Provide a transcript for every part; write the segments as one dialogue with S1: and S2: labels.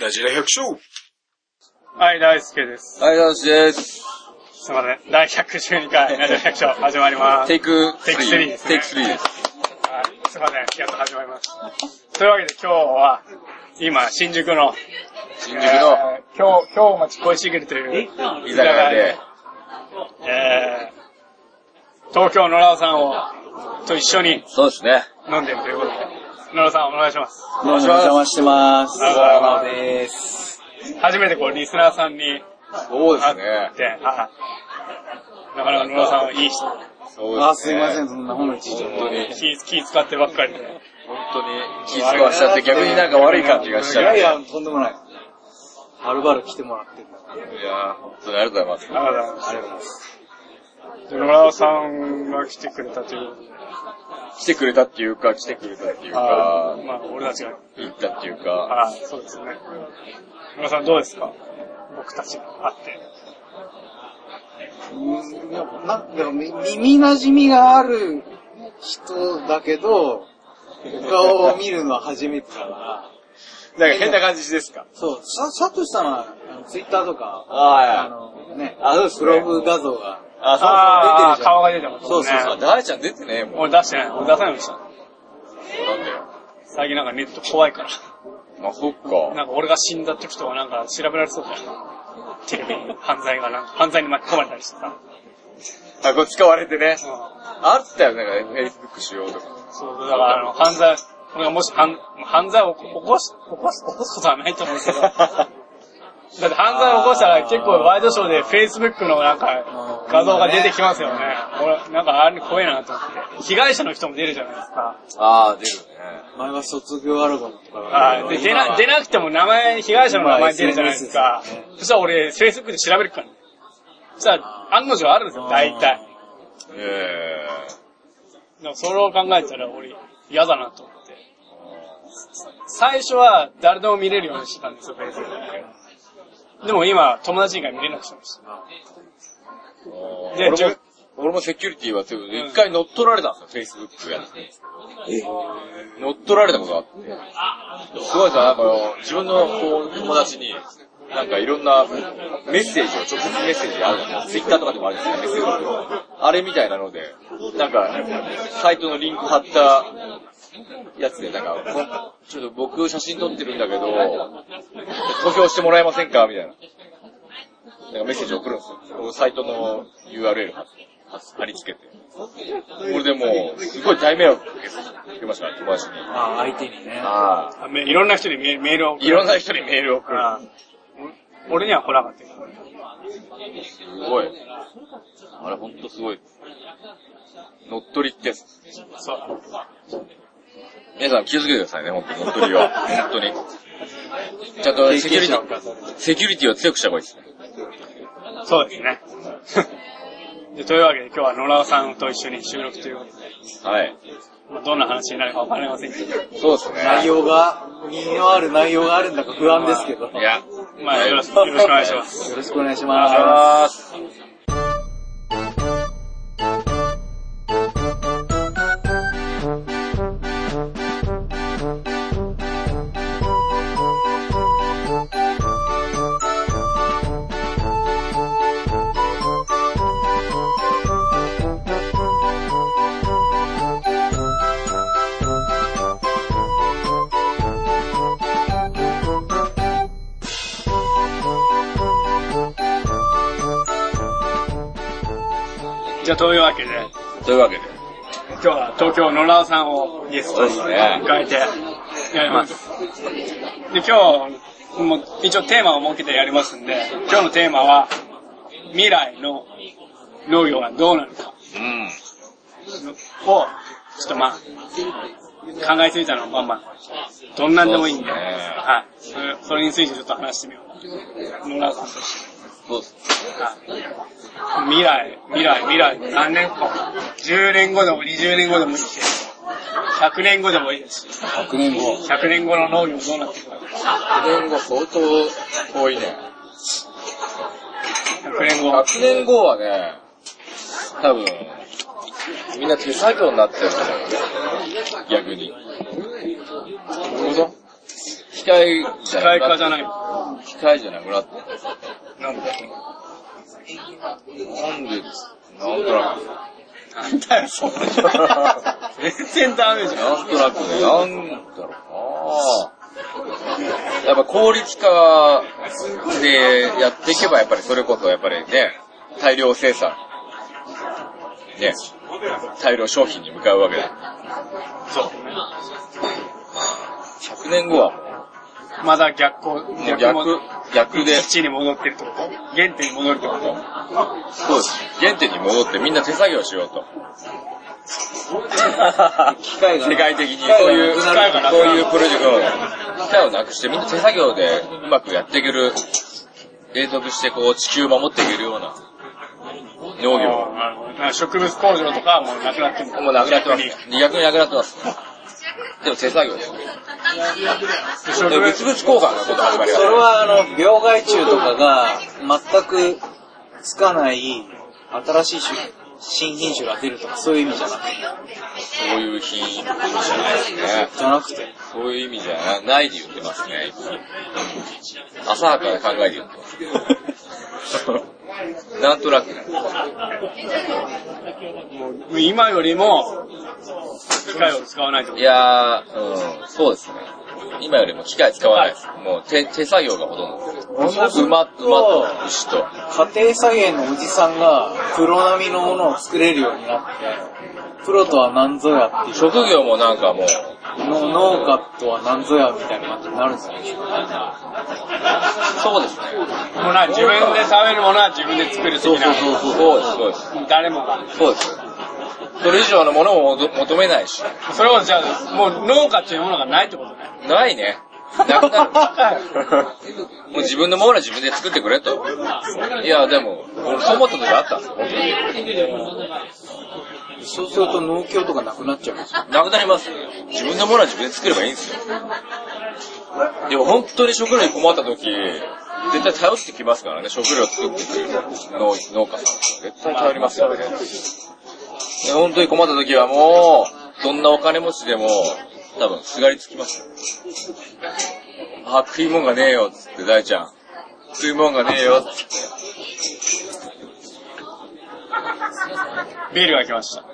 S1: ラジラ百姓
S2: はい、大輔です。
S3: はい、ダンスです。
S2: すみません。第112回、ラジオ百姓、始まります。
S3: テイク
S2: テイク3
S3: 3
S2: ですね
S3: テイク3です。
S2: はい、すみません。やっと始まりました。というわけで今日は、今、新宿の、
S3: 新宿の
S2: えー京、京町恋しぐりという、
S3: 居酒屋で、
S2: えー、東京野良さんを、と一緒に
S3: そうですね。
S2: 飲んでるということで、野良さんお願いします。
S3: お願いします。
S4: してます
S2: おはようござ
S4: です。
S2: 初めてこう、リスナーさんに
S3: そうで
S2: 会
S3: す
S2: っ
S3: ね。
S2: て、はい。なかなか野良さんはいい人。
S3: そう
S4: あ、
S3: です
S4: す
S3: ね。
S4: いません、。そんな褒めちいちゃっ
S3: 本当に、
S2: 気、気使ってばっかりで。
S3: 本当に気遣わしちゃって逆になんか悪い感じがしち
S4: て。
S3: ゃ
S4: いや
S3: う。
S4: い
S3: いや、
S4: や、とんでもない。はるばる来てもらってんだから。
S3: 本当にありがとうございま
S2: ありがとうございます。
S4: ありがとうございます。
S2: 野良さんが来てくれたということで。
S3: す。来てくれたっていうか、来てくれたっていうか
S2: あ、まあ、俺たちが。
S3: 行ったっていうか、
S2: ああ、そうですね。野良さんどうですか僕たちが会って。
S4: うんやっぱなんかみ耳馴染みがある人だけど、顔を見るのは初めてだから。
S3: なんか変な感じですか
S4: そう、さ、さとしさんは、ツイッターとか、
S3: は
S4: あのね、
S3: あそうです
S4: ブ
S3: ね
S4: ログ画像が。
S3: い。あ、
S2: あ
S3: そう
S2: あ、顔が出てますね。
S4: そうそう
S3: そうそう。ダーちゃん出てねえもん。
S2: 俺出してない。俺出さないでした。
S3: なんだよ。
S2: 最近なんかネット怖いから。
S3: まあ、そっか。
S2: なんか俺が死んだ時とかなんか調べられそうだよ。テレビに犯罪がなんか、犯罪に巻き込まれたりしてさ。
S3: あ、これ使われてね。
S2: う
S3: あったよ、なんか、Facebook しようとか。
S2: ん、そう、だからあの、犯罪、俺がもし犯犯罪を起こ起こす、起こす、起こすことはないと思うんですけ ど。だって犯罪を起こしたら結構ワイドショーで Facebook のなんか画像が出てきますよね。俺、なんかあれ怖いなと思って。被害者の人も出るじゃないですか。
S3: あー、出るね。
S4: 前は卒業アルバムとか
S2: あで出な出なくても名前、被害者の名前出るじゃないですか
S4: 今は SNS。
S2: そしたら俺 Facebook で調べるからね。そしたら案の定あるんですよ、大体。
S3: え
S2: でもそれを考えたら俺嫌だなと思って。最初は誰でも見れるようにしてたんですよ、Facebook。でも今友達以外見れなくしました。
S3: え
S2: で
S3: 俺
S2: じゅ
S3: も、俺もセキュリティは強いけど
S2: うん
S3: 一回乗っ取られたんですよ、Facebook やってて。乗っ取られたことがあって。すごいさ、なんかこう、自分のこう友達に、なんかいろんなメッセージを、直接メッセージあるじゃないですか。Twitter とかでもあるんですよ、メッセージを。あれみたいなので、なんか、サイトのリンク貼ったやつで、なんか、こちょっと僕写真撮ってるんだけど、投票してもらえませんかみたいな。なんかメッセージ送るんですよ。サイトの URL 貼って貼り付けて。これでもう、すごい大迷惑かけましたから、友達に。
S4: あ、相手にね。
S3: ああ。
S2: あめいろんな人にメメールを送
S3: いろんな人にメールを送る。
S2: あお俺には来なかったけど。
S3: すごい。あれほんとすごい。乗っ取りってやつ、
S2: そう。
S3: 皆さん気をつけてくださいね、ほんと乗っ取りは。本当に。ちゃんとセキュリティ、セキュリティは強くした方がいいですね。
S2: そうですね。 でというわけで今日は野良さんと一緒に収録ということで、
S3: はい。
S2: まあ、どんな話になるかわかりませんけど、
S3: そうですね。
S4: 内容が、身のある内容があるんだか不安ですけど。
S3: いや。
S2: まあよろしよろしくお願いします。
S4: よろしくお願いし
S2: お願いしま
S4: ます
S3: あー
S2: じゃあというわけで、
S3: というわけで。
S2: 今日は東京野良さんをゲストに
S3: そうですね
S2: 迎えてやります。で今日も一応テーマを設けてやりますんで、今日のテーマは未来の農業がどうなるか。
S3: うん。
S2: を、ちょっとまあ、考えついたのはまあまあ、どんなんでもいいんで、
S3: そうですね
S2: はい。それそれについてちょっと話してみよう。野良さんとして。
S3: そうです。
S2: はい未来、未来、未来。何年後 ?10 年後でも20年後でもいいし、100年後でもいいですし、
S4: 100年後。
S2: 100年後の農業どうなっていくか。
S3: 100年後相当遠いね。
S2: 100年後。
S3: 100年後はね、多分、みんな手作業になってると思うよ。逆に。機械じ
S2: 機
S3: ゃな
S2: 械
S3: くな
S2: 化
S3: っ
S2: じゃない。
S3: 機械じゃなくなって、
S2: なんだよ。
S3: なんで、なんとなく。
S2: なんだよ、そんな。全然ダメじゃん。
S3: なんとなくね、なんだろうなやっぱ効率化でやっていけば、やっぱりそれこそ、やっぱりね、大量生産。ね、大量消費に向かうわけだ。そう。100年後はも
S2: まだ逆行、
S3: う逆
S2: も、
S3: 逆で、
S2: 基地に戻ってるってこと原点に戻るってこと
S3: そうです。原点に戻ってみんな手作業しようと。
S4: 機械が。
S3: 世界的にそういう、
S4: 機
S3: 機
S4: 械
S3: 械がなくな
S4: がなくなる
S3: るそういうプロジェクト、機械をなくしてみんな手作業でうまくやっていける、永続してこう地球を守っていけるような農業
S2: あのなんか植物工場とかはもうなくなってる
S3: もうなくなってます
S2: 逆に。
S3: 逆になくなってます。でも手作業です。
S2: 植
S3: で物々交
S2: 物、
S3: 換が今度始まります
S4: それ。はあの、病害虫とかが全くつかない新しい種、新品種が出るとかそういう意味じゃなくて、
S3: そういう品種じゃないですね。
S4: じゃなくて、
S3: そういう意味じゃないで言ってますね。浅はかな考えで言ってます。なんとなくね。
S2: 今よりも、機械を使わないってこ
S3: いやー、うん、そうですね。今よりも機械使わないです。もう手、手作業がほとんどです。
S4: そうする
S3: 馬、馬
S4: と
S3: と牛と。
S4: 家庭菜園のおじさんがプロ並みのものを作れるようになって、プロとは何ぞやっていう
S3: 職業もなんかもう、
S4: の農家とは何ぞやみたいな感じになるんじゃない ですか。
S3: そうですね。
S2: と。もうな、自分で食べるものは自分で作る的
S3: そうそ
S2: な
S3: う。そうそう。そうです、そうです。
S2: 誰もが。
S3: そうです。それ以上のものを求求めないし。
S2: それこそじゃあ、もう農家っていうものがないってこと ね。
S3: ないね。なくなる。もう自分のものは自分で作ってくれと。いや、でも、俺そう思った時あったんですよ、本当に。
S4: そうすると農協とかなくなっちゃうんですよ。
S3: なくなります。自分のものは自分で作ればいいんですよ。でも本当に食料に困った時、絶対頼ってきますからね、食料作ってくる農農家さん。絶対頼りますよね。で本当に困った時はもう、どんなお金持ちでも、多分すがりつきますよ。あ、食い物がねえよ、つって大ちゃん。食い物がねえよ、つって。
S2: ビールが来ました。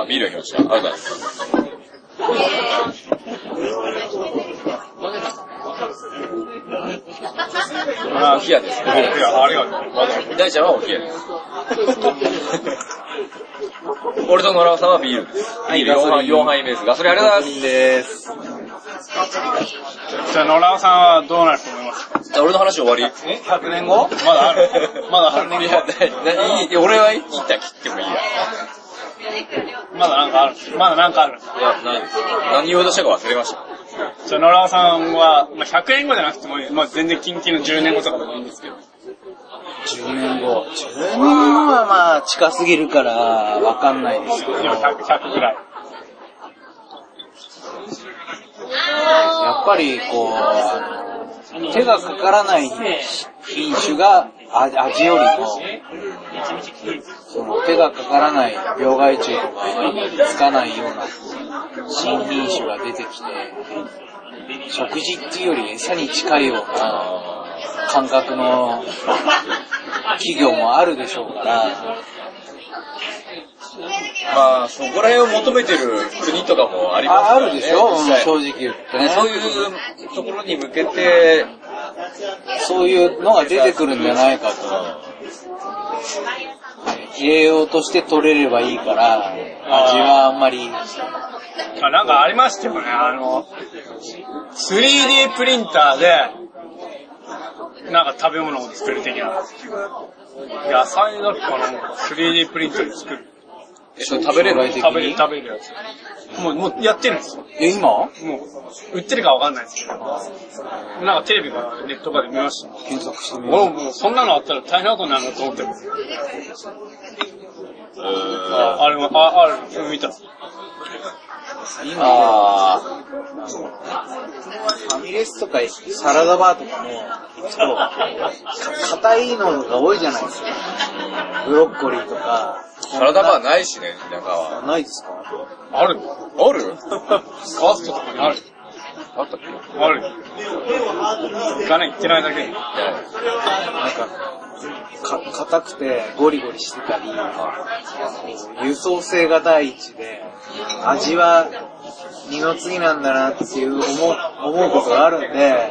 S3: あ、ビールが来ました。ありがとうございます。
S2: ま
S3: お冷やです。
S2: いや、ありがとう。
S3: 大ちゃんはお冷やです。 俺と野良さんはビールです。
S4: はい
S3: ビール4
S4: ガソ
S3: 杯
S4: リン
S3: ,4 杯目です。ガソリンありがとうござい
S4: です。
S2: じゃあ、野良さんはどうなると思いますか
S3: ます。俺の話終わり
S4: え ?100 年後
S2: まだあ る。まだあ
S3: い
S2: る。
S3: や、なないいい俺はいい一旦切ってもいいや。い
S2: まだなんかある。まだなんかある。
S3: や、ないです。何言おうとしたか忘れました。
S2: じゃあ、野良さんは、まあ、100円後じゃなくてもいい、まあ、全然近々の10年後とかでもいいんですけど。
S4: 10年後。10年後はまあ近すぎるからわかんないですけど、
S2: でも100、100ぐらい。
S4: やっぱりこう、手がかからない品種が味味よりも、その手がかからない病害虫とかつかないような新品種が出てきて、食事っていうより餌に近いような感覚の企業もあるでしょうから、
S3: まあ、そこら辺を求めてる国とかもあります
S4: あ
S3: か
S4: あ
S3: らね。
S4: るでしょ、うん
S3: 実際
S4: 正直言ってね。
S3: そういうところに向けて、
S4: そういうのが出てくるんじゃないかと。栄養として取れればいいから、味はあんまり、
S2: あ、なんかありましたよね、あの、3D プリンターで、なんか食べ物を作る的な。野菜だっけかな ?3D プリンターで作る。
S3: えそれ食べれる
S4: 的に
S2: 食べる、食べるやつ。もう、もうやってるんですよ。
S4: え、今
S2: もう、売ってるかわかんないですけど。なんかテレビかネットとかで見ました。
S4: 検索してみよ
S2: 俺ももうそんなのあったら大変なことになるなと思ってる。ああれも、あ、ある、見た。
S4: う。今、
S3: あー
S4: ファミレスとかサラダバーとかも行くと、か硬いのが多いじゃないですか。ブロッコリーとか。
S3: サラダバーないしね、田舎は。
S4: ないですか
S2: ある
S3: ある
S2: カーストとかにある。
S3: あったっけ
S2: ある。ガネ行ってないだけ。
S4: なんか、か、硬くてゴリゴリしてたり、輸送性が第一で、味は二の次なんだなっていう思う、思うことがあるんで、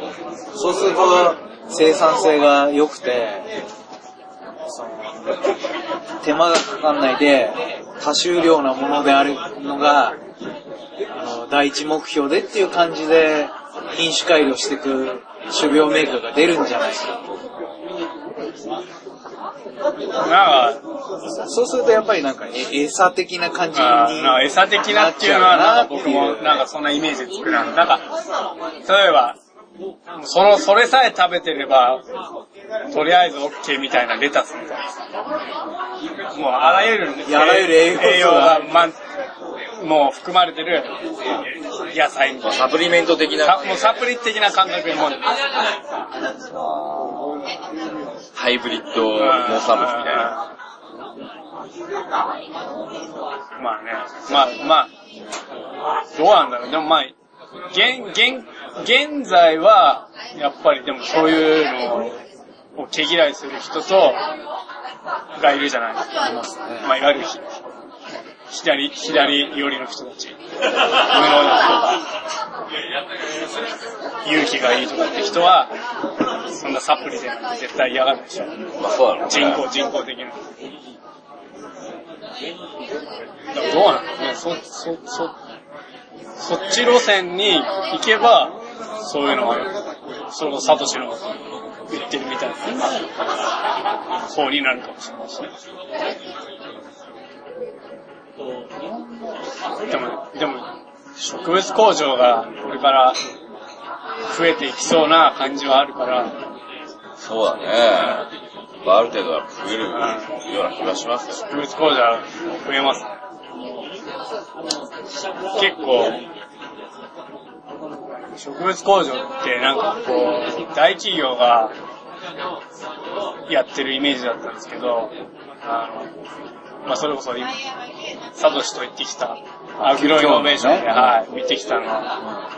S4: そうすると生産性が良くて、その、手間がかかんないで、多種量なものであるのが、あの、第一目標でっていう感じで、品種改良していく種苗メーカーが出るんじゃないか。
S2: なんか、
S4: そうするとやっぱりなんか、え餌的な感じに。
S2: あーなんか餌的なっていうのは、なんか僕も、なんかそんなイメージつくな。なんか、例えば、その、それさえ食べてれば、とりあえず OK みたいなレタスみたいな。もうあらゆる、
S4: いやあらゆる栄養素が
S2: 栄養が、まん、もう含まれてる野菜みたいな。
S3: サプリメント的な
S2: さもうサプリ的な感覚にもう、
S3: ハイブリッドモンサンみたいな。
S2: まあね、まあまあ、どうなんだろう。でもまあ、現、現、現在は、やっぱりでもそういうのを毛嫌いする人と、がいるじゃない。まあいわゆるひ、左、左寄りの人たち。無能な人が。勇気がいいとかって人は、そんなサプリでなんて絶対嫌がるでしょ。
S3: まあそうだろうね
S2: 人工、人工的な。だからどうなんだろうね。そ、そ、そ、そっち路線に行けば、そういうのは、そのサトシの言ってるみたいな方になるかもしれないしね。でも、でも、植物工場がこれから増えていきそうな感じはあるから、
S3: そうだね。まあある程度は増えるような気がしますよ。
S2: 植物工場は増えます。結構、植物工場ってなんかこう、大企業がやってるイメージだったんですけど、あの、まあそれこそ今、サトシと行ってきた、アグロイノベーションで、
S4: 今日のね
S2: はい、見てきたのは、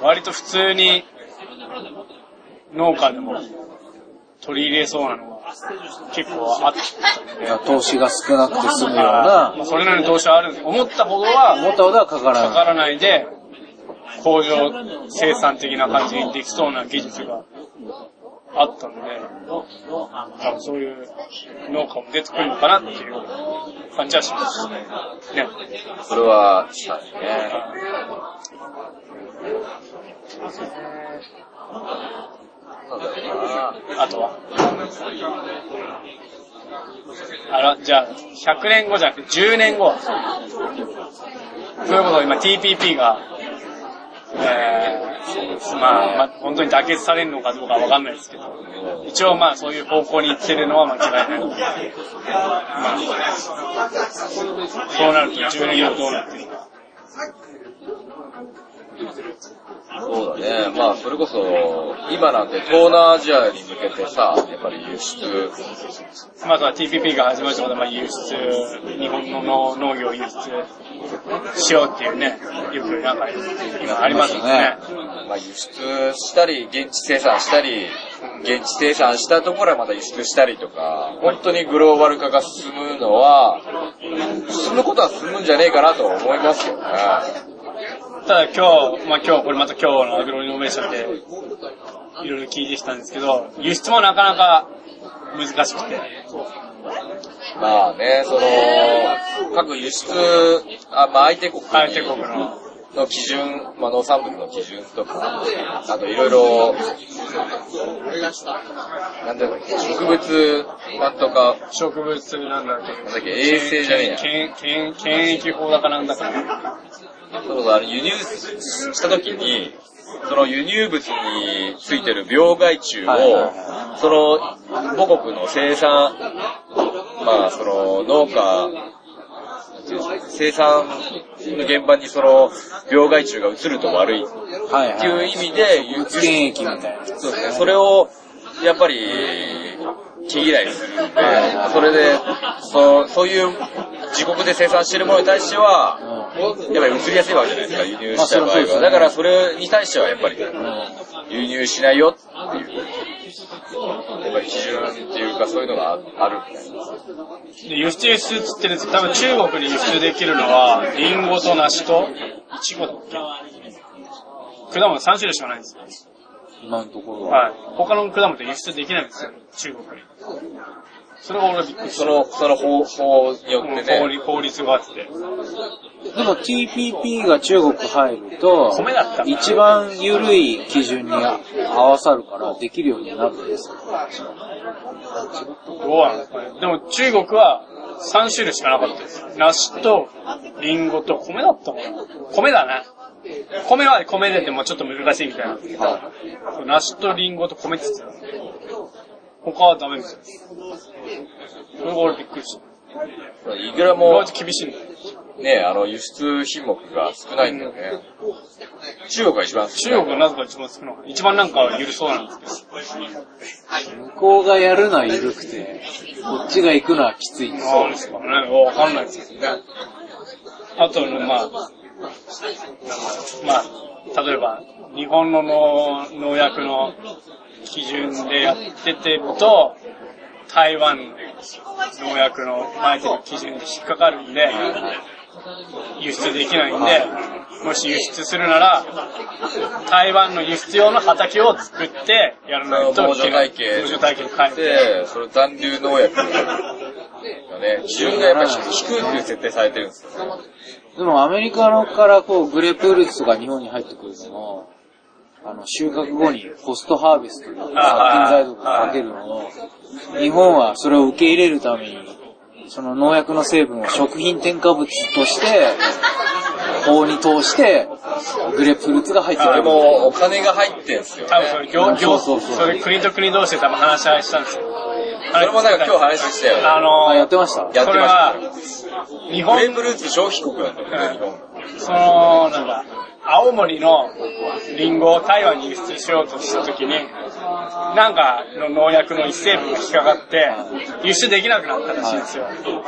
S2: 割と普通に農家でも取り入れそうなのが結構あって、
S4: 投資が少なくて済むよう
S2: ま
S4: な、
S2: あそれなりの投資はあるんですけど、思ったほど
S4: 思っ
S2: は
S4: たほどはかから
S2: か
S4: な
S2: か
S4: い。
S2: らないで、工場生産的な感じにできそうな技術があったので、多分そういう農家も出てくるのかなっていう感じはしますね。ね
S3: それは、したいね。
S2: あとは。あら、じゃあ、100年後じゃなくて10年後。それこそ今 TPP が、えー、まあ、まあ、本当に妥結されるのかどうかわかんないですけど、一応まあそういう方向に行ってるのは間違いない。まあ、そうなると10年後どうなってるか。
S3: そうだね。まあ、それこそ、今なんて東南アジアに向けてさ、やっぱり輸出、
S2: まずは TPP が始まるってことは、まあ、輸出、日本の農農業を輸出しようっていうね、よくなんか今ありますよね。
S3: まあ、輸出したり、現地生産したり、現地生産したところはまた輸出したりとか、本当にグローバル化が進むのは、進むことは進むんじゃねえかなと思いますよね。
S2: ただ今日、まあ今日、これまた今日のアグロイノベーションで、いろいろ聞いてきたんですけど、輸出もなかなか難しくて。
S3: まあね、その、各輸出、あまあ相手国に
S2: 相手国の。
S3: の基準、まあ、農産物の基準とか、あといろいろ、なんだろう、植物、なんとか、
S2: 植物なんだっけ
S3: なんだっけ、衛生じゃねえや。
S2: けんけん検疫法だかなんだか。
S3: そうそう、あの、輸入した時に、その輸入物についてる病害虫を
S4: はいはい、
S3: その母国の生産、まあその農家、生産の現場にその病害虫が移ると悪いっ
S4: はい
S3: てい
S4: は
S3: う
S4: い。
S3: 意味で、輸
S4: 物
S3: 出
S4: 検疫みたいな。
S3: そうですね。それを、やっぱり、毛嫌いするんで、それで、そう、そういう、自国で生産してるものに対しては、
S4: うん
S3: やっぱり移りやすいわけじゃないですか、輸入した場
S4: まあそりゃ
S3: 合
S4: そうですよ
S3: は。だ
S4: ね
S3: からそれに対してはやっぱり、輸入しないよっていう、やっぱり基準っていうかそういうのがあるみたいな。
S2: で輸出輸出っつってるんですけど、多分中国に輸出できるのは、リンゴと梨と、イチゴだっけ果物3種類しかないんですよ。
S4: 今のところ
S2: は
S4: は。
S2: い。他の果物輸出できないんですよ、中国に。それが俺はびっくりし
S3: その、その法、法によ
S2: た。
S3: っ
S2: う
S3: て
S2: ん法
S3: ね、
S2: 律法律があって。
S4: でも TPP が中国入ると
S2: 米だったん、だ
S4: 一番緩い基準に合わさるからできるようになるんですよ。
S2: どうなんですかね。でも中国は3種類しかなかったです。梨と、リンゴと、米だったのかな米だね。米は米ででもちょっと難しいみたいなんですけど、梨とリンゴと米って言ってたんですよ他はダメみたいです。それが俺びっくりした。
S3: いくら
S2: 意
S3: も
S2: 外、と厳しいんだよ。
S3: ね、あの、輸出品目が少ないんだよね。中国が一番少
S2: 中
S3: ない。
S2: 国がなぜか一番少ない。一番なんか緩そうなんですけど。
S4: 向こうがやるのは緩くて、こっちが行くのはきついんですよ。
S2: そうですかね。わかんないですけどね。あとの、まあ、まあ、例えば、日本の農農薬の基準でやっててと、台湾の農薬の巻いてる基準に引っかかるんで、輸出できないんで、もし輸出するなら、台湾の輸出用の畑を作ってやらないと
S3: 防除
S2: いけな
S3: 体
S2: い。
S3: 系
S2: 防除体系に変えて。
S3: で、その残留農薬がね、基準がやっぱり低く設定されてるんですよ。
S4: でもアメリカのからこうグレープフルーツとか日本に入ってくるのも、あの収穫後にポストハーベストで殺菌剤とかかけるのを、日本はそれを受け入れるために、その農薬の成分を食品添加物として、法に通して、グレープフルーツが入って
S3: そ
S4: く
S3: れ
S4: る。
S3: もお金が入ってんすよね。
S2: 多分それ業、業、
S4: そ
S2: そう
S4: そうそう
S2: れ国と国同士で多分話し合いしたんですよ。
S3: それもなんか今日話したよね。
S2: あ
S4: あ、やっ
S2: の
S4: てました
S3: やってましたね。
S2: ー、日
S3: グ
S2: 本
S3: レープフルーツ消費国なんだよね、日本。
S2: その、なんだ、青森のリンゴを台湾に輸出しようとした時に、なんかの農薬の一成分が引っかかって、輸出できなくなったらしいんですよ。その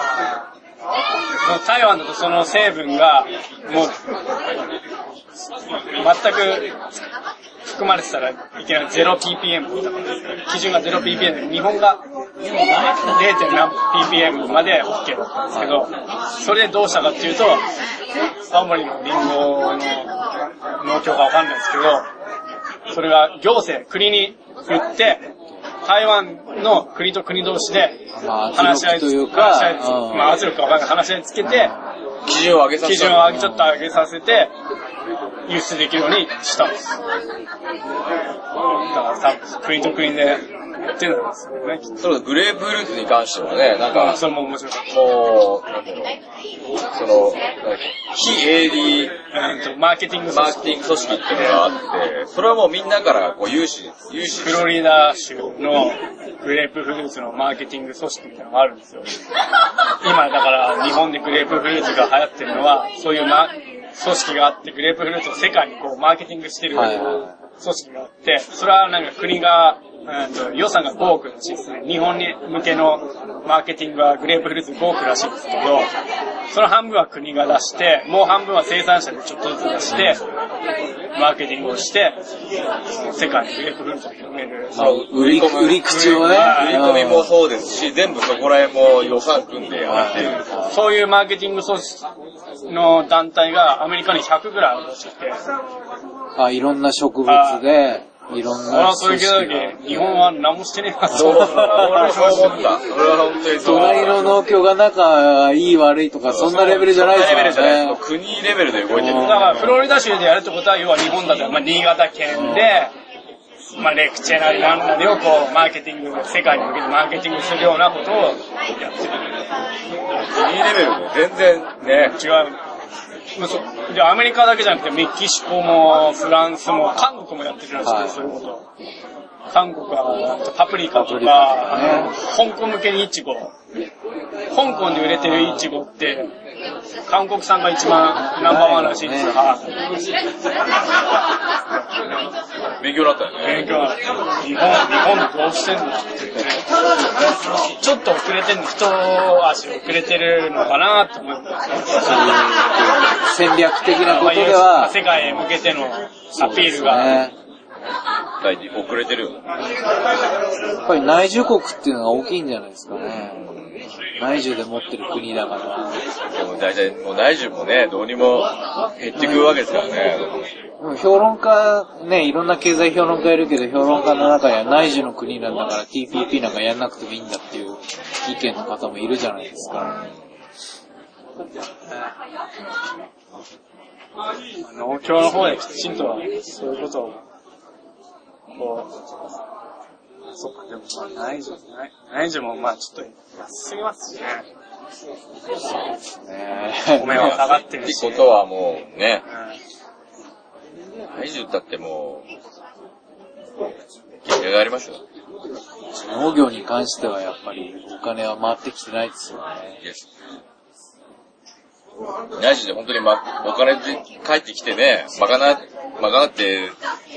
S2: 台湾だとその成分が、もう、全く含まれてたらいけない 0ppm だから、基準が 0ppm で、日本が 0. 何 ppm まで OK だったんですけど、それでどうしたかっていうと、青森のリンゴの農協がわかんないですけど、それが行政、国に言って、台湾の国と国同士で
S4: まあ
S2: 話し合い
S4: 圧力というか
S2: 話し合い
S4: うん
S2: まあ圧力かわかんない話し合いつけて、
S3: 基準を上げさせ
S2: 基
S3: た
S2: 準を上げちょっと上げさせて、輸出できるようにしたんです。だから多分、国と国でやってるんですよね、きっ
S3: そうだグレープフルーツに関してはね、なんか
S2: と。、それも面白かっ
S3: もう、なんだろう、その、なんだっけ非営利
S2: た。うんとマーケティング
S3: マー
S2: 組織
S3: ケティング組織っていうのがあって、それはもうみんなからこう融資、融資
S2: フロリダ州のグレープフルーツのマーケティング組織みたいなのがあるんですよ。今だから日本でグレープフルーツが流行ってるのは、そういうま組織があって、グレープフルーツを世界にこうマーケティングしてる
S4: はいはい
S2: 組織があって、それはなんか国が、うんと予算が5億らしいですね。日本に向けのマーケティングはグレープフルーツ5億らしいですけど、その半分は国が出して、もう半分は生産者でちょっとずつ出して、マーケティングをして、世界にグレープフルーツを広める。
S4: まあ売り、売り口をね。
S3: 売り込みもそうですし、全部そこら辺も予算組んでやってるんですよ。
S2: そういうマーケティング組織の団体がアメリカに100ぐらいあるらしくて、
S4: あ、いろんな植物で、いろん
S2: 俺
S4: な
S2: はそれ聞いた時、日本は何もしてねえなと
S3: そう、
S2: 思
S3: 俺
S2: って
S3: はそう思った。俺は本当にそう
S4: ド
S3: 思っ
S4: ラ
S3: た。
S4: イの農協が仲いい悪いとか、そんなレベルじゃないです
S3: そんなレベルじゃない
S4: よ
S3: で
S4: ね
S3: す。。国レベルで動いてる。
S2: だからフロリダ州でやるってことは、要は日本だと、まあ、新潟県で、まあ、レクチェなりなんなりをこう、マーケティング、世界に向けてマーケティングするようなことをやって
S3: 国レベルも全然ね、
S2: 違う。まあそうで、アメリカだけじゃなくて、メキシコも、フランスも、韓国もやってるらしいです、そういうこと。韓国は、パプリカとか、
S4: パプリカ
S2: 香港向けにイチゴ。香港で売れてるイチゴって、韓国産が一番ナンバーワンらしいです。
S4: ね
S2: はい
S3: 勉強だったよね。
S2: 勉強なの。日本、日本の同期生のちょっと遅れてるの、一足遅れてるのかなと思って。
S4: 戦略的なことでは、
S2: 世界へ向けてのアピールが。
S4: ね、
S3: だいぶ遅れてるよね。
S4: やっぱり内需国っていうのが大きいんじゃないですかね。内需で持ってる国だから。
S3: でも大体、もう内需もね、どうにも減ってくるわけですからね。
S4: でも評論家、ね、いろんな経済評論家いるけど、評論家の中には内需の国なんだから TPP なんかやんなくてもいいんだっていう意見の方もいるじゃないですか。
S2: 農協の方できちんと、そういうことを、こう、そっか、でもまあ、内需、ない内需もまあ、ちょっと安すぎますしね。
S4: ね
S2: 米は下がって
S3: っ
S2: る
S3: て
S2: し。
S3: ことはもうね、
S2: う
S3: 内需だってもう、限界がありますよ。
S4: 農業に関してはやっぱりお金は回ってきてないですよね。
S3: 内需で本当に、ま、お金で帰ってきてね、まかな、まかなって、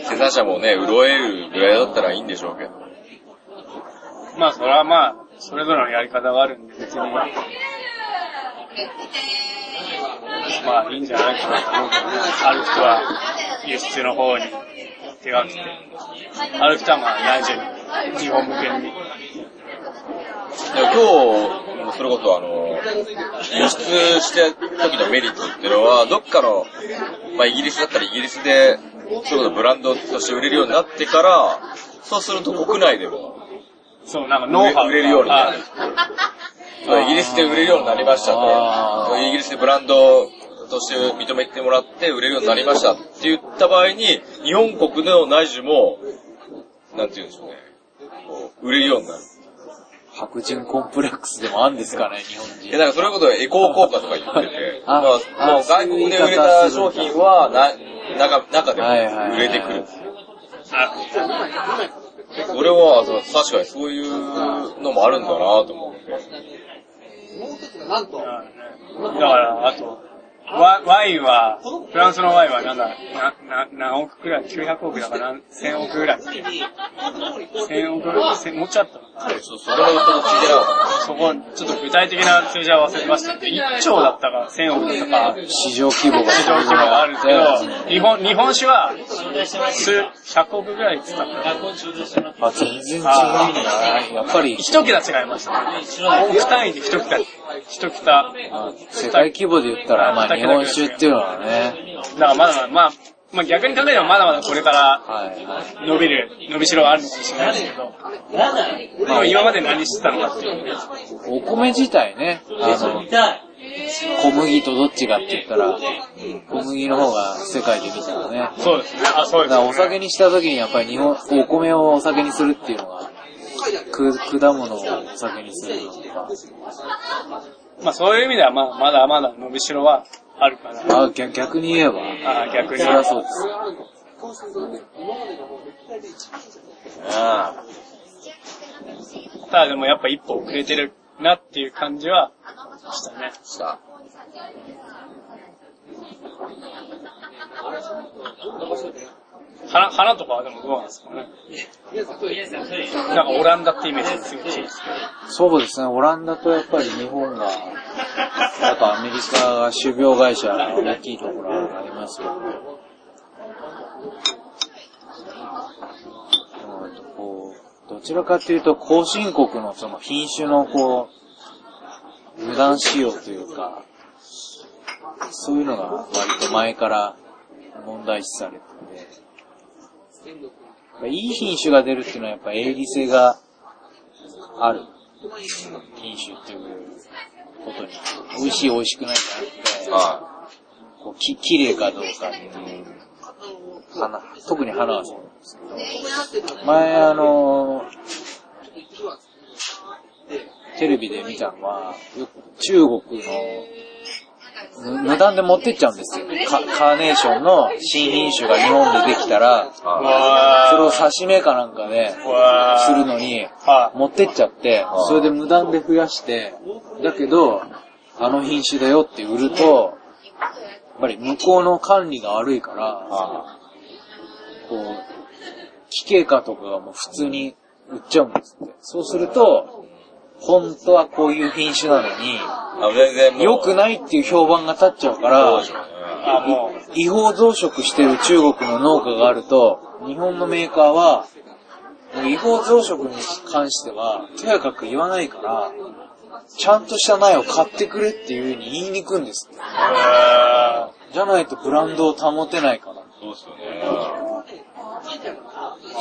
S3: 生産者もね、潤えるぐらいだったらいいんでしょうけど。
S2: んまあ、それはまあ、それぞれのやり方があるんで、別に、まあ、いいんじゃないかなと思うけどね、ある人は輸出の方に手が来て、ある人はまあ、内需に、日本向けに。
S3: でも今日もそれこそあの、輸出した時のメリットっていうのは、どっかの、まあイギリスだったらイギリスで、それこそブランドとして売れるようになってから、そうすると国内でも
S2: そう、なんかノウハウが
S3: 売れるようになる。イギリスで売れるようになりました
S4: あ
S3: と。
S4: ー
S3: イギリスでブランドとして認めてもらって売れるようになりましたって言った場合に、日本国の内需も、なんて言うんでしょうね、こう売れるようになる。
S4: 白人コンプレックスでもあるんですかね、日本
S3: い
S4: 人、
S3: や、。なんかそれこそエコー効果とか言ってて
S4: あ
S3: まあ、
S4: あ
S3: もう外国で売れた商品は、な、中、中で
S4: はいはいはい
S3: も売れてくる。
S2: あ
S3: それは、そう確かにそういうのもあるんだなと思って。
S2: だから、あと、ワワインは、フランスのワインはなんだ、な、な、何億くらい ?900 億だから、1000億くらい。1000億、1000もうちょっとあっ。
S3: そう、それはちょっと聞いてなかった
S2: そこ、ちょっと具体的な数字は忘れましたけど、1兆だったか、1000億だったか、
S4: 市場規模が
S2: 市場規模があるけど、日本、日本酒は、数、100億くらいって言ってたから
S4: あ、全然違うんだね。やっぱり、
S2: 一桁違いましたね。億単位で一桁、一桁。
S4: 世界規模で言ったら、まあ日本酒っていうのはね、
S2: だからまだまだ、まあ、まあ逆に考えればまだまだこれから、
S4: はいはい。
S2: 伸びる、伸びしろがあるのかもしれないですけど、でも今まで何してたのかっていう。
S4: お米自体ね、あの、小麦とどっちがって言ったら、小麦の方が世界で見たらね。
S2: そうですね。あ、そう
S4: だ
S2: で
S4: か
S2: す
S4: ら
S2: ね。
S4: お酒にした時にやっぱり日本、お米をお酒にするっていうのが、く果物をお酒にするのとか、
S2: まあそういう意味では、まあまだまだ伸びしろはあるから、
S4: あ逆逆に言えば、
S2: あ逆に
S4: そりゃそうです。
S3: あ
S2: ただでもやっぱ一歩遅れてるなっていう感じはしたね。
S3: あ、した。
S2: 花、花とかはでもどうなんですかね。なんかオランダってイメージですごい強いですけ
S4: そうですね、オランダとやっぱり日本が、あとアメリカが種苗会社が大きいところがありますけど、うんとこうどちらかというと、後進国のその品種のこう、無断使用というか、そういうのが割と前から問題視されてて、いい品種が出るっていうのはやっぱ営利性がある品種っていうことに、美味しい美味しくないじゃなくて、
S3: は
S4: こうき綺麗かどうかっていう花、特に花はそうなんですけど、前あの、テレビで見たのは、よく中国の、む無断で持ってっちゃうんですよ。カカーネーションの新品種が日本でできたら、
S3: い。は
S2: ど。
S3: い
S2: わ
S4: それを刺し目かなんかで、
S2: ー。わ
S4: する
S2: の。
S4: のに、
S2: は
S4: 持ってっちゃって、それで無断で増やして、だけど、あの品種だよって売ると、やっぱり向こうの管理が悪いから、こう、奇形化とかがもう普通に売っちゃうんですって。そうすると、本当はこういう品種なの
S3: あ、全然も
S4: に、
S3: う。
S4: 良くないっていう評判が立っちゃうから、
S2: あ、もう、
S4: 違法増殖してる中国の農家があると、日本のメーカーは、違法増殖に関しては、とやかく言わないから、ちゃんとした苗を買ってくれっていう風に言いに行くんですって。じゃないとブランドを保てないから。
S3: そうっすよね。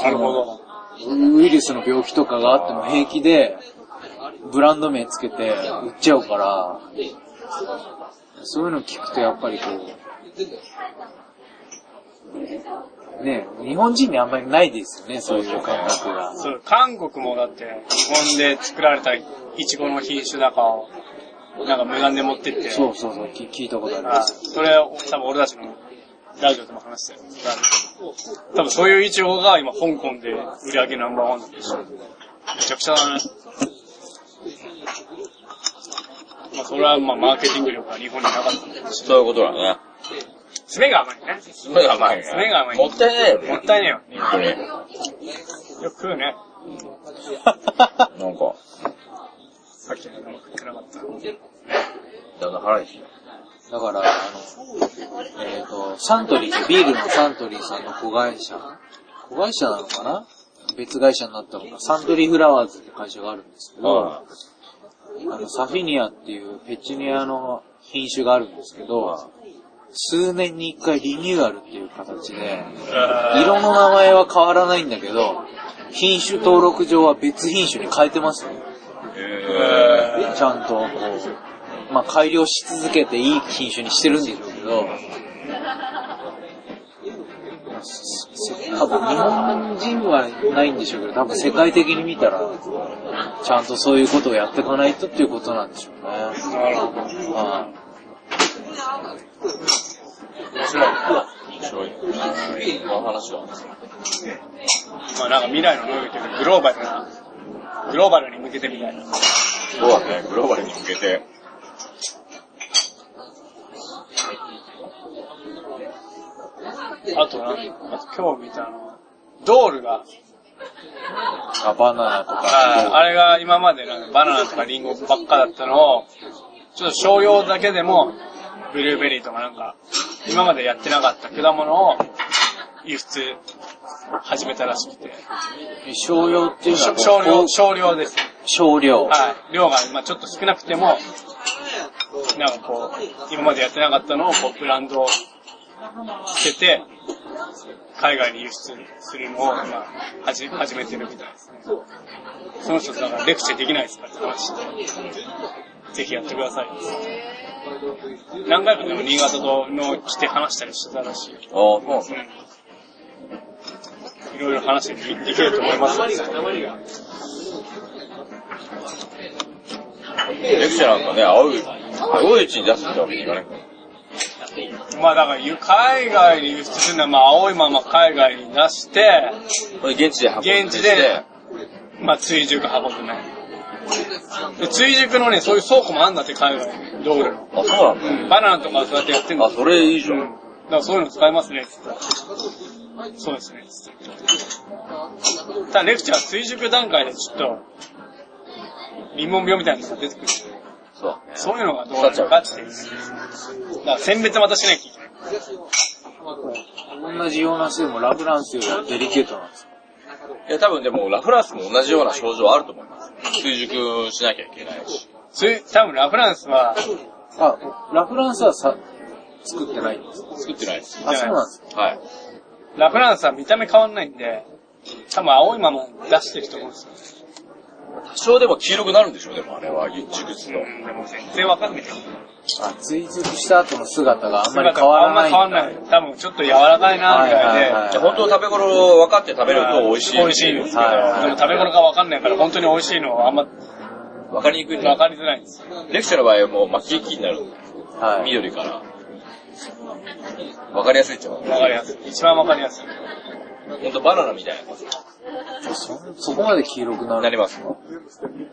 S2: なるほど。
S4: ウイルスの病気とかがあっても平気で、ブランド名つけて売っちゃうから、そういうの聞くとやっぱりこう、ね日本人にあんまりないですよね、そういう感覚が。
S2: そう、韓国もだって、日本で作られたイチゴの品種だかを、なんか無断で持ってって、
S4: そうそうそう、き聞いたことあり
S2: あ
S4: ます。
S2: それは多分俺たちのラジオでも話したよ。多分そういうイチゴが今香港で売り上げナンバーワンなんでしょ。めちゃくちゃだね。まあそれはまあマーケティング力が日本になかったんだけど。
S3: そういうことだね。
S2: 爪が甘いね。
S3: 爪が甘いね。
S2: 爪が甘い
S3: もったいないよね。
S2: もったいねえよ。
S3: 本当に。
S2: よく食うね。
S3: なんか、
S2: さっきの食ってなかった。
S3: だんだん腹にき
S4: だから、あの、えっ、と、サントリー、ビールのサントリーさんの子会社、子会社なのかな別会社になったのか、サントリーフラワーズって会社があるんですけど、
S3: は
S4: あの、サフィニアっていうペチュニアの品種があるんですけど、数年に一回リニューアルっていう形で、色の名前は変わらないんだけど、品種登録上は別品種に変えてますね。
S3: い。へ
S4: ちゃんと、こう、まあ、改良し続けていい品種にしてるんでしょうけど、多分日本人はないんでしょうけど、多分世界的に見たら、ちゃんとそういうことをやっていかないとっていうことなんでしょうね。
S2: なるほど。
S4: はい
S2: 面白い。
S3: ぇ面白いね。この話は。
S2: まあなんか未来の農業というかグローバルな、グローバルに向けてみたいな。
S3: そうだね、グローバルに向けて。
S2: あとな、あと今日見たのは、ドールが、
S4: あ、バナナと
S2: あ
S4: か。
S2: あれが今までなんかバナナとかリンゴばっかだったのを、ちょっと商用だけでも、ブルーベリーとかなんか、今までやってなかった果物を輸出始めたらしくて、
S4: 少量っていうのはこう
S2: 少
S4: こ
S2: 量、
S4: う
S2: 少量です。
S4: 少量。
S2: はい、量が今ちょっと少なくても、なんかこう、今までやってなかったのをこうブランドをつけて、海外に輸出するのを今、はじ始めてるみたいですね。その人だからレクチャーできないですからって話して、ぜひやってくださいって。何回かでも新潟との来て話したりしてたらしいよ。
S3: ああ、そうなんですね。
S2: いろいろ話でできると思いますよ。
S3: レクチャーなんかね、青いう、青いうちに出すってわけにいかないから。
S2: まあだから、海外に輸出するのは、まあ青いまま海外に出して、
S3: これ現地で運んで。
S2: 現地で。まあ、追熟運ぶね。で追熟のね、そういう倉庫もあんだって、海外に。道路の。
S3: あ、そうなん
S2: バナナとかそうやってやってん
S3: だ。
S2: だ
S3: あ、それいいじゃ
S2: うん。だ
S3: ん。
S2: からそういうの使えますね、つってそうですね、つってただ、レクチャーは追熟段階でちょっと、民問病みたいなのが出てくる。
S3: そうだね。
S2: そういうのがどうなるかっていう。だから、選別またしなきゃいけない。
S4: 同じような種でもラブランスよりはデリケートなんですよ。
S3: いや、多分でも、ラフランスも同じような症状あると思います。追熟しなきゃいけないし。
S2: そういう、多分ラフランスは、
S4: あ、ラフランスはさ、作ってないんです。
S3: 作ってないです。
S4: あ、そうなんです。
S3: はい。
S2: ラフランスは見た目変わんないんで、多分青いまま出してると思うんですよ。
S3: 多少でも黄色くなるんでしょう、でもあれは、熟すと。
S2: でも全然わかんないよ。
S4: あ、追熟した後の姿があんまり
S2: 姿
S4: 変わらない。
S2: あんま変わらない。多分ちょっと柔らかいな、みたい
S4: はいはいは
S2: で。
S4: い
S3: じゃあ本当食べ頃分かって食べると美味しい。
S2: 美味しいんですけど、
S4: はいはいはい
S2: でも食べ頃がわかんないから本当に美味しいのはあんま
S3: 分かりにくいんだ
S2: わかりづらいんですよ。
S3: レクチャーの場合はもう巻き木になる。
S4: はい。
S3: 緑から。分かりやすいっちゃう。
S2: わかりやすい。一番わかりやすい。
S3: ほんとバナナみたい
S4: そ、そこまで黄色く
S3: な。
S4: な
S3: な
S4: る。
S3: ります。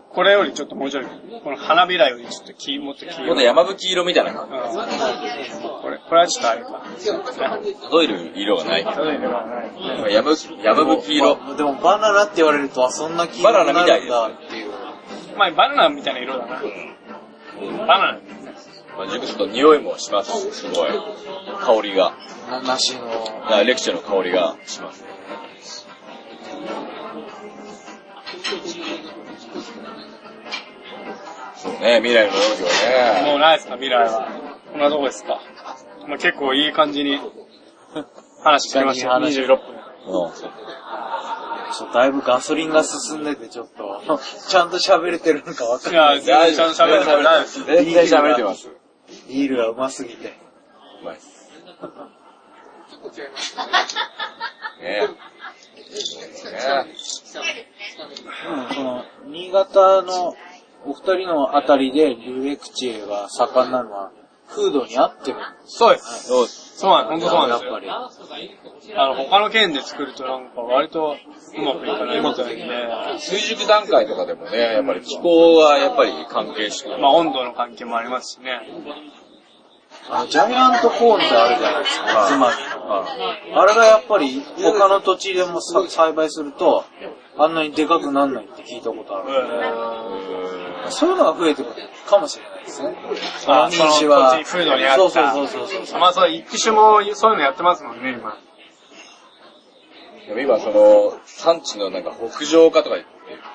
S2: これよりちょっともうちょい、この花びらよりちょっと黄、もっと黄
S3: 今
S2: 色
S3: 度
S2: い。
S3: 山吹色みたいな
S2: う
S3: 感
S2: んこれ、これはちょっとあれか。
S3: じ。届える色がない。
S2: 例えば、
S3: 山吹、山吹色。
S4: でもバナナって言われると、あ、そんな黄
S3: バ
S4: 色
S3: ナナ
S4: に
S3: み
S4: な
S3: たい
S4: る
S3: です
S4: んだっていう。
S2: まあ、バナナみたいな色だな。バナ
S3: まあ、自分ちょっと匂いもします。すごい。香りが。
S4: な梨の。
S3: あレクチャーの香りがします。そうね、未来の農業ね。
S2: ナ。もうないですか、未来は。こんなとこですか。まあ、結構いい感じに話してきましたよ。
S4: いい感じに
S2: 26分。
S3: うん。
S4: そうだいぶガソリンが進んでて、ちょっと、 ちゃんと喋れてるのかわかん
S2: い
S4: ない。
S2: や、全然ちゃんと喋ってもないです。
S3: 全然喋れてます。う
S4: ビールがうますぎて。
S3: まいっす。ねね
S5: うん、その、新潟のお二人のあたりでリュレクチェが盛んなのは、風土に合ってるんです
S2: そうです。
S3: そうです。
S2: そうなん本当そうなんです
S5: や
S2: よ
S5: っ。ぱ
S2: あの、他の県で作るとなんか割とうまくいかないことだよね。
S3: 追熟段階とかでもね、やっぱり気候がやっぱり関係してる。
S2: まあ温度の関係もありますしね。
S4: あ、ジャイアントコーンってあるじゃないですか、つまり。あれがやっぱり他の土地でもさ栽培すると、あんなにでかくなんないって聞いたことある。そういうのが増えてくるかもしれないですね。その
S2: あ
S4: 品種は。
S2: その土地風土に合った
S4: そうそうそうそうそう。
S2: まあそう、一種もそういうのやってますもんね、今。
S3: でも今その、産地のなんか北上化とか言っ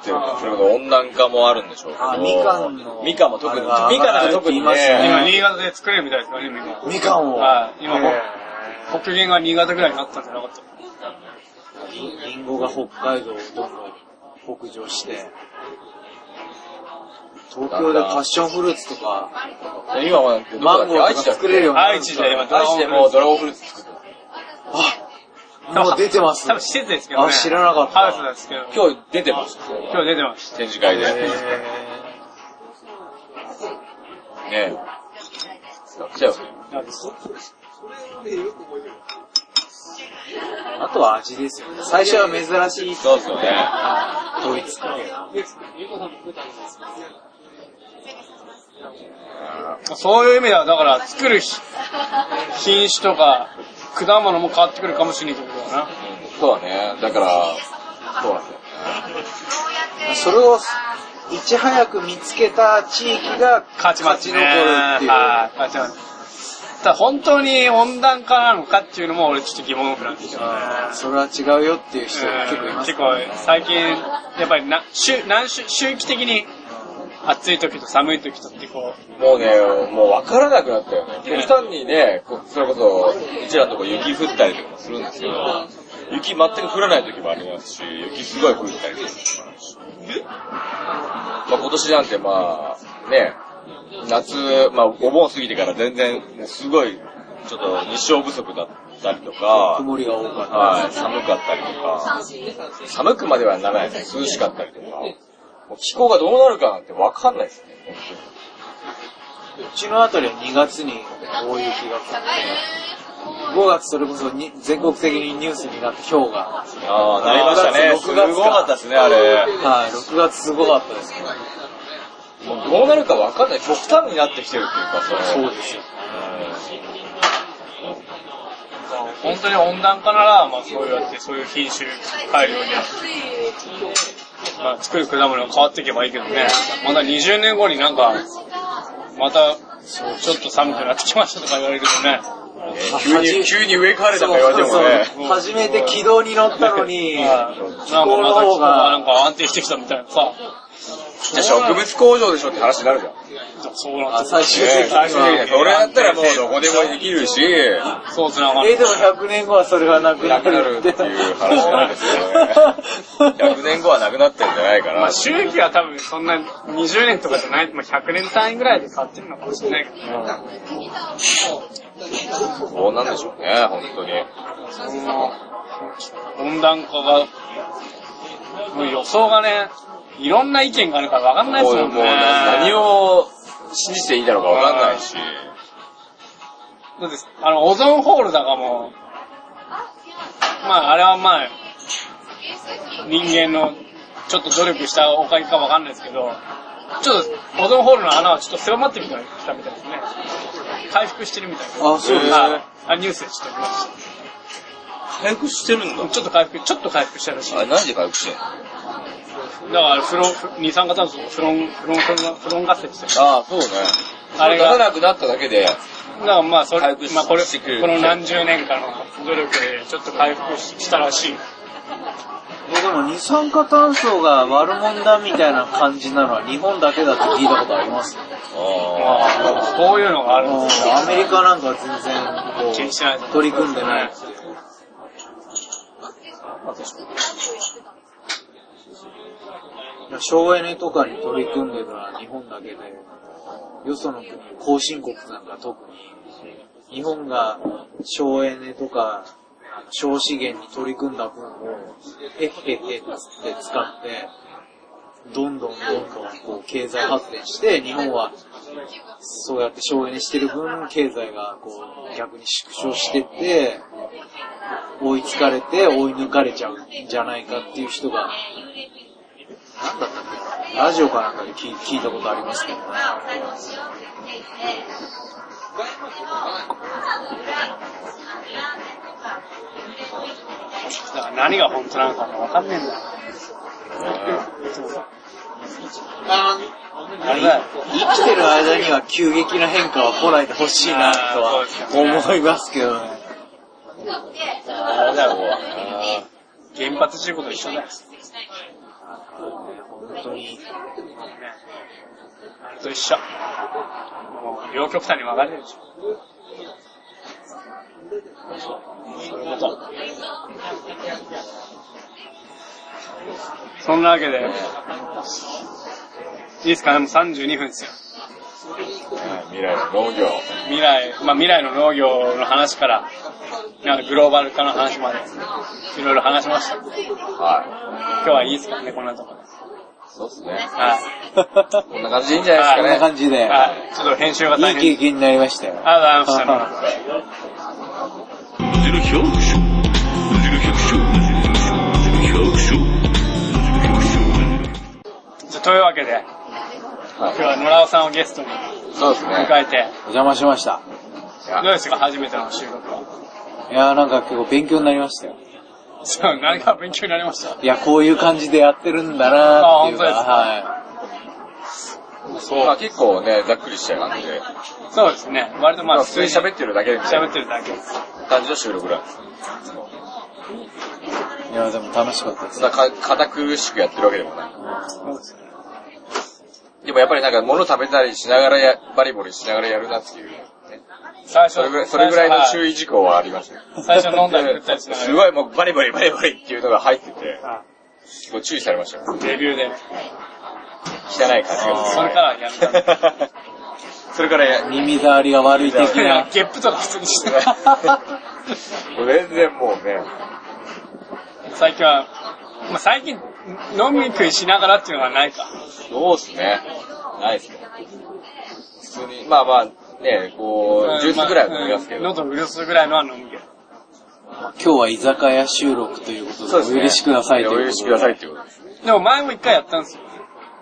S3: てるから、それこそ温暖化もあるんでしょうけど。
S4: あ、みかんの。
S3: みかんも特に、
S4: あ
S3: み
S4: れ
S3: か
S4: が
S3: んなんか特に
S4: 上がってきま
S3: ね、
S2: 今、新潟で作れるみたいですからね、みんな。
S4: みかんを。
S2: はい。今、
S4: え
S2: 北北限が新潟ぐらいになったんじゃなかった
S4: えりりんごが北海道をどんどん北上して、東京でパッションフルーツとか、
S3: 今はなんてどこだ
S4: マ
S3: っ
S4: ン
S3: け
S4: ゴー
S3: 愛
S4: と
S3: 知
S4: か
S3: だっけ
S4: 作れるようになる
S2: 愛知で今、
S3: 愛知でもうドラゴンフルーツ作ってる。
S4: あ、もう出てます。
S2: 多分施設ですけどね。
S4: あ知らなかった
S2: ハウスなんですけど。
S3: 今日出てます。
S2: 今日出てました。
S3: 展示会で。ね
S4: えー
S3: え。やっちゃうよ。
S4: あとは味ですよね。最初は珍しい
S3: そうっすよね。
S4: ドイツか。
S2: そういう意味では、だから作るひ品種とか、果物も変わってくるかもしれないけどな。
S3: そうだね。だから、そうなんですよ。
S4: それをいち早く見つけた地域が
S2: 勝ちますね。
S4: 勝ち残るっていう。
S2: はい、勝ちます。ただ本当に温暖化なのかっていうのも俺ちょっと疑問符なんですよね。
S4: あーそれは違うよっていう人結構います
S2: 結
S4: から
S2: 構
S4: ね。
S2: 最近、やっぱりな週何週周期的に暑い時と寒い時とってこう、
S3: もうね、もう分からなくなったよね。極端にね、こそれこそ、うちらのとこ雪降ったりとかもするんですけど、雪全く降らない時もありますし、雪すごい降ったりとかもしますし。まあ今年なんてまあ、ね、夏、まあお盆過ぎてから全然、もうすごい、ちょっと日照不足だったりとか、
S4: 曇りが多かった。
S3: はい、寒かったりとか、寒くまではならないです涼しかったりとか、もう気候がどうなるかなんて分かんないですね、本当に。
S4: うちのあたりは2月に大雪が降って、5月それこそに全国的にニュースになって氷が。
S3: ああ、なりましたね。
S4: 6
S3: す
S4: 月
S3: ごかったですね、あれ。
S4: はい、6月すごかったですね。
S3: もうどうなるかわかんない。極端になってきてるっていうか、それ。
S4: そうですよ。
S2: 本当に温暖化なら、まあそうやってそういう品種改良に、まあ作る果物が変わっていけばいいけどね。また20年後になんか、またちょっと寒くなってきましたとか言われるとね。
S3: 急に、急に上からだとか言われてもね。
S4: そう初めて軌道に乗ったのに、
S2: なんかまた気候がなんか安定してきたみたいなさ。
S3: じゃあ植物工場でしょって話になるじゃん。
S2: そうなんですよ
S4: 最終的
S3: ね
S4: に
S3: 最終的
S4: は。
S3: に。それやったらもうどこでもできるし、
S2: そうつなが
S4: え
S2: る。
S4: ー、でも100年後はそれがなくなる
S3: なくなるっていう話なんですよ
S4: ね。
S3: 100年後はなくなってるんじゃないか
S2: ま
S3: な
S2: あ。周期は多分そんな20年とかじゃない、まあ、100年単位ぐらいで変わってるのかもしれないけどね。
S3: そうなんでしょうね、本当に。
S2: 温暖化が、もう予想がね、いろんな意見があるから分かんないです
S3: もう
S2: も
S3: んもう
S2: ね。
S3: 何を信じていいだろうかわかんないし。
S2: だって、あの、オゾンホールだかも、まあ、あれはまあ、人間のちょっと努力したおかげかわかんないですけど、ちょっと保存ホールの穴はちょっと狭まってきたみたいですね。回復してるみたいです。
S4: あそうですね
S2: はいあ、ニュースでちょっと見まし
S6: 回復してるんだ
S2: た。。ちょっと回復、ちょっと回復したらしい。
S3: あれ、
S2: だか
S3: 何時回復してんの
S2: ら、フロン、フ二酸化炭素、フロン、フロン、フロン、フロンガスでしたよ
S3: ああ、そうね。
S2: あれ
S3: 出さ
S2: が、だ
S3: なくなっただけで、
S2: からまあ、それ、
S3: 回復し
S2: まあこれ、
S3: してくれる
S2: この何十年間の努力でちょっと回復したらしい。
S4: えでも二酸化炭素が悪者だみたいな感じなのは日本だけだと聞いたことありますね。
S3: あ
S2: ああ、こういうのがあるんですよ。
S4: アメリカなんかは
S2: 気
S4: 全
S2: にしない
S4: 然こう取り組んでないですよ。省エネとかに取り組んでるのは日本だけで、よその国、後進国なんか特に、日本が省エネとか、あの省資源に取り組んだ分を、えっへっへっつって使って、どんどんどんどんこう経済発展して、日本はそうやって省エネしてる分、経済がこう逆に縮小してって、追いつかれて追い抜かれちゃうんじゃないかっていう人が、なんだったっけラジオかなんかで聞い聞いたことありますけどね。
S2: だから何が本当なのかもわかんねえんだよ。
S4: 生きてる間には急激な変化は来ないでほしいなとは思いますけ どね。
S3: あ、なんだよ、も
S2: 原発事故と一緒だよ。
S4: 本当に。
S2: あれと一緒。もう両極端に分かれるでしょ。そういうこと。そんなわけで、いいですかね、もう32分ですよ。
S3: う。未来の農業。
S2: 未来、まあ未来の農業の話から、なんかグローバル化の話まで、いろいろ話しました。
S3: は
S2: 今日はいいですかね、こんなところで。
S3: い。そうっすね。
S2: はい。
S3: こんな感じでいいんじゃない
S4: こん
S3: で
S4: な
S3: すかね。
S4: 感じで、
S2: はい。ちょっと編集が
S4: い
S2: 大
S4: い
S2: 変。
S4: 経験になりましたよ。
S2: ありがとうございました。
S6: Zero Hyokushu. Zero Hyokushu. Zero Hyokushu. Zero Hyokushu.
S2: じゃあというわけで、今日は野良さんをゲストに
S3: そうですね。
S2: 迎えて、
S4: お 邪魔しました。
S3: い
S2: ど
S3: や
S2: うですか初めての収録は。
S4: いやーなんか結構勉強になりましたよ。
S2: そう、何か勉強になりました。
S4: いや、こういう感じでやってるんだなーっていうか、は
S2: そう
S3: まあ結構ね、ざっくりした感じで。
S2: そうですね。割とま
S3: ま
S2: あ
S3: あ普通に喋ってるだけみたい
S2: 喋
S3: な
S2: ってるだけです。
S3: 感じの収録なんです。
S4: い。いや、でも楽しかったで
S3: そ
S4: す
S3: ん。なか堅苦しくやってるわけでもない。
S2: そうですね。
S3: でもやっぱりなんか物食べたりしながらや、バリバリしながらやるなっていう、ね。
S2: 最初、
S3: それぐらい、それぐらいの
S2: 意。
S3: 注意事項はありましたね。
S2: 最初飲んだり食ったりしながら
S3: すごいもうバリバリバリバリっていうのが入ってて、
S2: は
S3: すごい注意されましたよ。
S2: いデビューで。
S3: 汚い感じがする。
S2: それからやめた。
S3: それからや、も
S4: 耳障りが悪い的
S2: いや
S4: な。
S2: ゲップとか普通にして
S3: う全然もうね、
S2: 最近は、まあ最近、飲み食いしながらっていうのはないか。
S3: そうっすね。ないっすね。普通に、まあまあ、ね、こう、ジュースぐらいは飲みますけ
S2: うん
S3: ど。
S2: 喉潤すぐらいのは飲むけど。
S4: 今日は居酒屋収録ということで、
S3: そうですね
S4: お許しくださいと
S3: お
S4: いう
S3: 許
S4: こ
S3: し
S4: と
S3: く
S4: で。
S3: ださいっていうことです。
S2: でも前も一回やったんですよ。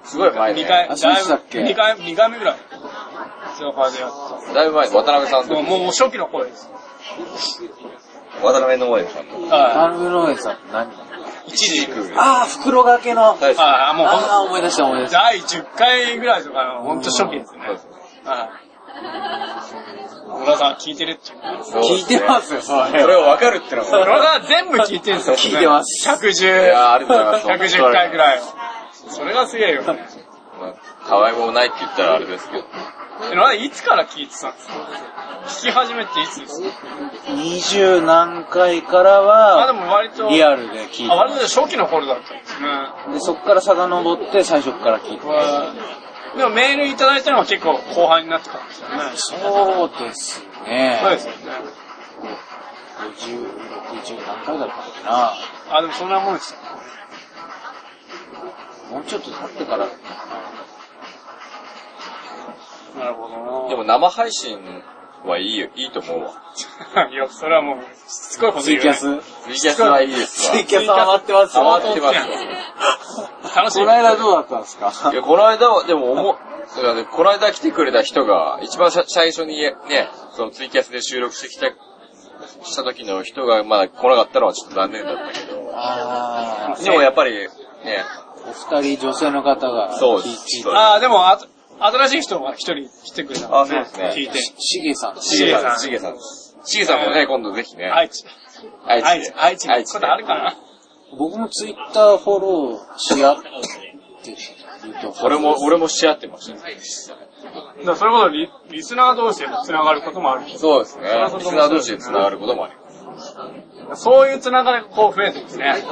S3: すごい前ね
S2: 二回、
S4: あそうでしたっけ
S2: 二回、二回目ぐらい。そう、これでやっ
S3: だいぶ前です。渡辺さん
S2: た。もう、
S3: と。
S2: もう初期の頃です。
S3: 渡辺農園さんの。
S2: は
S4: タングローエさんって何
S3: 一時行く。
S4: あー、袋掛けの。
S3: はい
S2: い。ああ、もうほん
S4: あー、思い出した思い出した。
S2: 第10回ぐらいとかの、ほんと初期ですね。
S3: そうです
S2: はい。野田さん聞いてるっていう。
S3: そうですね
S4: 聞いてますよ、そ
S3: それ
S4: れ。
S3: を分かるっての
S2: 野
S3: は
S2: 田さん全部聞いてるんですよ。
S4: 聞いてます
S2: 110。
S3: いやーありがとうございます
S2: 110回ぐらい。それがすげえよね。
S3: もう、まあたわいもないって言ったらあれですけど。
S2: え野田いつから聞いてたんですか聞き始めていつですか
S4: 二十何回から
S2: あ、で
S4: は、
S2: も割と。
S4: リアルで聞い
S2: あ、割
S4: て
S2: と初期の頃だったんですね。
S4: で、そっから遡って最初から聞いてます。
S2: でもメールいただいたのは結構後半になってからですよね。
S4: そうですね。
S2: そうですよね。
S4: 50、60何回だったかな。
S2: あ、でもそんなもんですよ。
S4: もうちょっと経ってから。
S2: なるほど
S3: でも生配信はいいよ、いいと思うわ。
S2: ないや、それはもう、しつこいこと
S4: ツ
S2: 言
S4: イ
S2: う
S4: キ
S2: よ、ね。
S4: ャス
S3: ツイキャスはいいですわ。
S4: ツイキャスハマってますよ。
S3: ハマってますよ。
S2: 楽し
S4: こ
S2: み
S4: の。間どうだったんですか
S3: いや、この間は、でも思う、そうだね、この間来てくれた人が、一番さ最初にね、そのツイキャスで収録してきた、した時の人がまだ来なかったのはちょっと残念だったけど。
S4: あ
S3: でもやっぱり、ね、
S4: ーお二人女性の方が
S3: そう
S4: 聞い
S3: です
S4: て、
S2: ああ、でも、あと新しい人が一人来てくれたもん
S3: あそうですね
S2: 聞いて。
S4: しげさん。
S3: しげさん、しげさんです。しげさんもね、今度ぜひね、
S2: 愛知。
S3: 愛
S2: 愛
S3: 知
S2: 知
S3: で。。
S2: 愛知。
S3: 愛
S2: 愛
S3: 知
S2: 知。
S3: で
S2: これあるかな
S4: 僕もツイッターフォローし合ってるとか。
S3: 俺も、俺もし合ってましたね。
S2: だからそれこそリリスナー同士でも繋がることもあるし
S3: そうですね。リスナー同士で繋がることもあります。
S2: そういう繋がりがこう増えてますね。
S3: で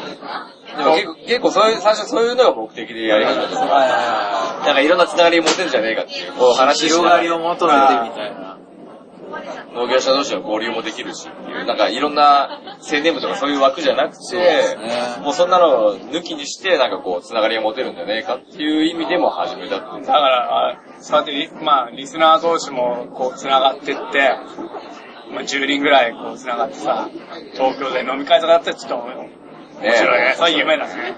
S3: も結構、結構そういう、最初そういうのが目的でやり方だったから
S4: はいは
S3: なんかいろんな繋がり持てんじゃねえかっていう、こう話しな
S4: 広
S3: が
S4: が
S3: ら
S4: りを求めてみたいな。
S3: 農業者同士の交流もできるしっていう、なんかいろんな青年部とかそういう枠じゃなくて、
S4: ね
S3: もうそんなのを抜きにして、なんかこう、つながりが持てるんじゃねえかっていう意味でも始めたっていう
S2: だから、あそうやってリ、まあ、リスナー同士もこう繋がってって、まあ、10人ぐらいこう繋がってさ、東京で飲み会とかだったらちょっと面
S3: ね。
S2: 白いね。そういう夢だね。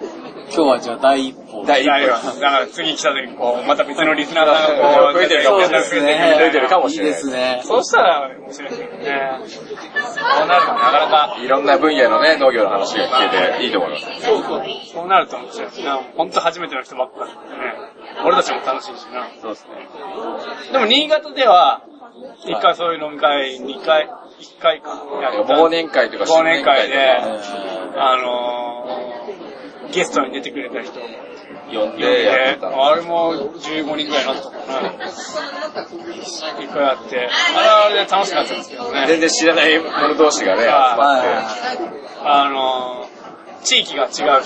S4: 今日はじゃあ第一歩。
S3: 第一
S2: だ
S3: 歩
S2: から次来た時にこう、また別のリスナーさん
S3: が
S2: が
S3: こう
S2: こう、
S3: 増えてるかもしれない
S2: 増えてくみたいな
S3: 増えてるかもしれない
S4: いですね。
S2: そうしたら面白いですよね。そうなるとなかなか、
S3: いろんな分野のね、農業の話が聞けていいと思います。
S2: そうなると面白いですね。本当初めての人ばっかりだね。俺たちも楽しいしな。
S3: そうですね。
S2: でも新潟では、一回そういう飲み会、二回、一回かやった。
S3: 忘年会とか
S2: 忘年会で、
S3: 新
S2: あのー、ゲストに出てくれた人もい
S3: 呼んでやって
S2: て、
S3: たの。
S2: あれも15人くらいになったかな。一回やって、あれはあれで楽しかったんですけど
S3: 全
S2: ね。
S3: 然知らない者同士がね、集まっ
S2: あのー、地域が違う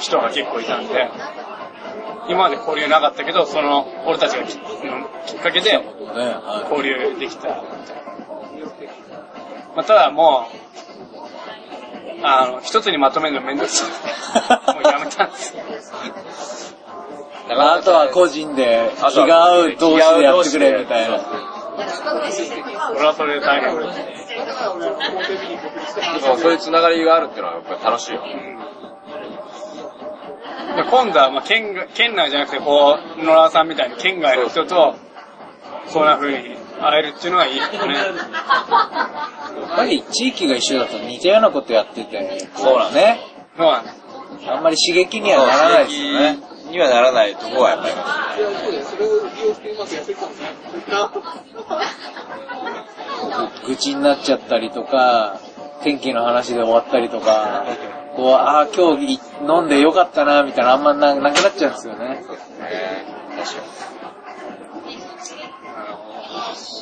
S2: 人が結構いたんで、今まで交流なかったけど、その、俺たちがきのきっかけで、
S4: ねは
S2: 交流できたみたいな。まあ、ただもう、あの、一つにまとめるのめんどくさい。もうやめたんですよ。
S3: て。な
S4: まああとは個
S3: う
S4: 人で
S3: あ
S4: 気
S3: とは
S4: が合う同士でやってくれみたい
S3: そ
S4: な。
S2: 俺はそれで大変だった
S3: そういうつながりがあるっていうのはやっぱり楽しいよ。
S2: で今度は、まあ、県外県内じゃなくて、こう、野良さんみたいに県外の人と、こんな風に会えるっていうのはいいよね。
S4: やっぱり地域が一緒だと似たようなことやってて、そうだね。
S2: そうなんです
S4: あんまり刺激にはならないですよね。
S3: 刺激にはならないとこはやっぱり。
S4: 愚痴になっちゃったりとか、天気の話で終わったりとか、こう、ああ、今日い飲んでよかったな、みたいな、あんまななくなっちゃうんですよね。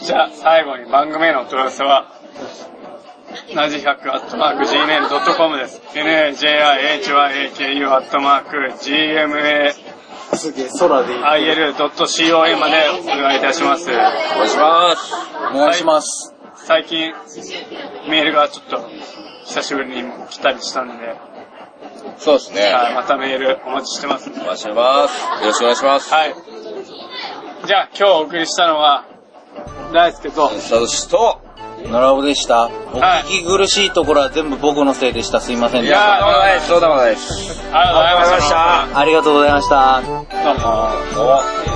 S2: じゃあ、最後に番組へのお問い合わせは、なじ100アットマーク gmail.com です。najihyaku アットマーク gmail.com
S4: すげえ、空でいい。
S2: までお願いいたします。
S3: お願いします。
S4: お願いします。
S2: 最近、メールがちょっと久しぶりに来たりしたんで、
S3: そうですね。
S2: はいまたメールお待ちしてます。
S3: お願いします。よろしくお願いします。
S2: はい。じゃあ、今日お送りしたのは、大輔と、
S3: スタートしと、
S4: 野良尾でした。お
S2: はい
S4: 聞き苦しいところは全部僕のせいでした。すいません
S3: い
S4: でし
S2: や
S4: た。
S3: やー、どうもないです。どうでもないです。
S2: ありがとうございました。
S4: ありがとうございました。
S2: どうも。
S3: どうも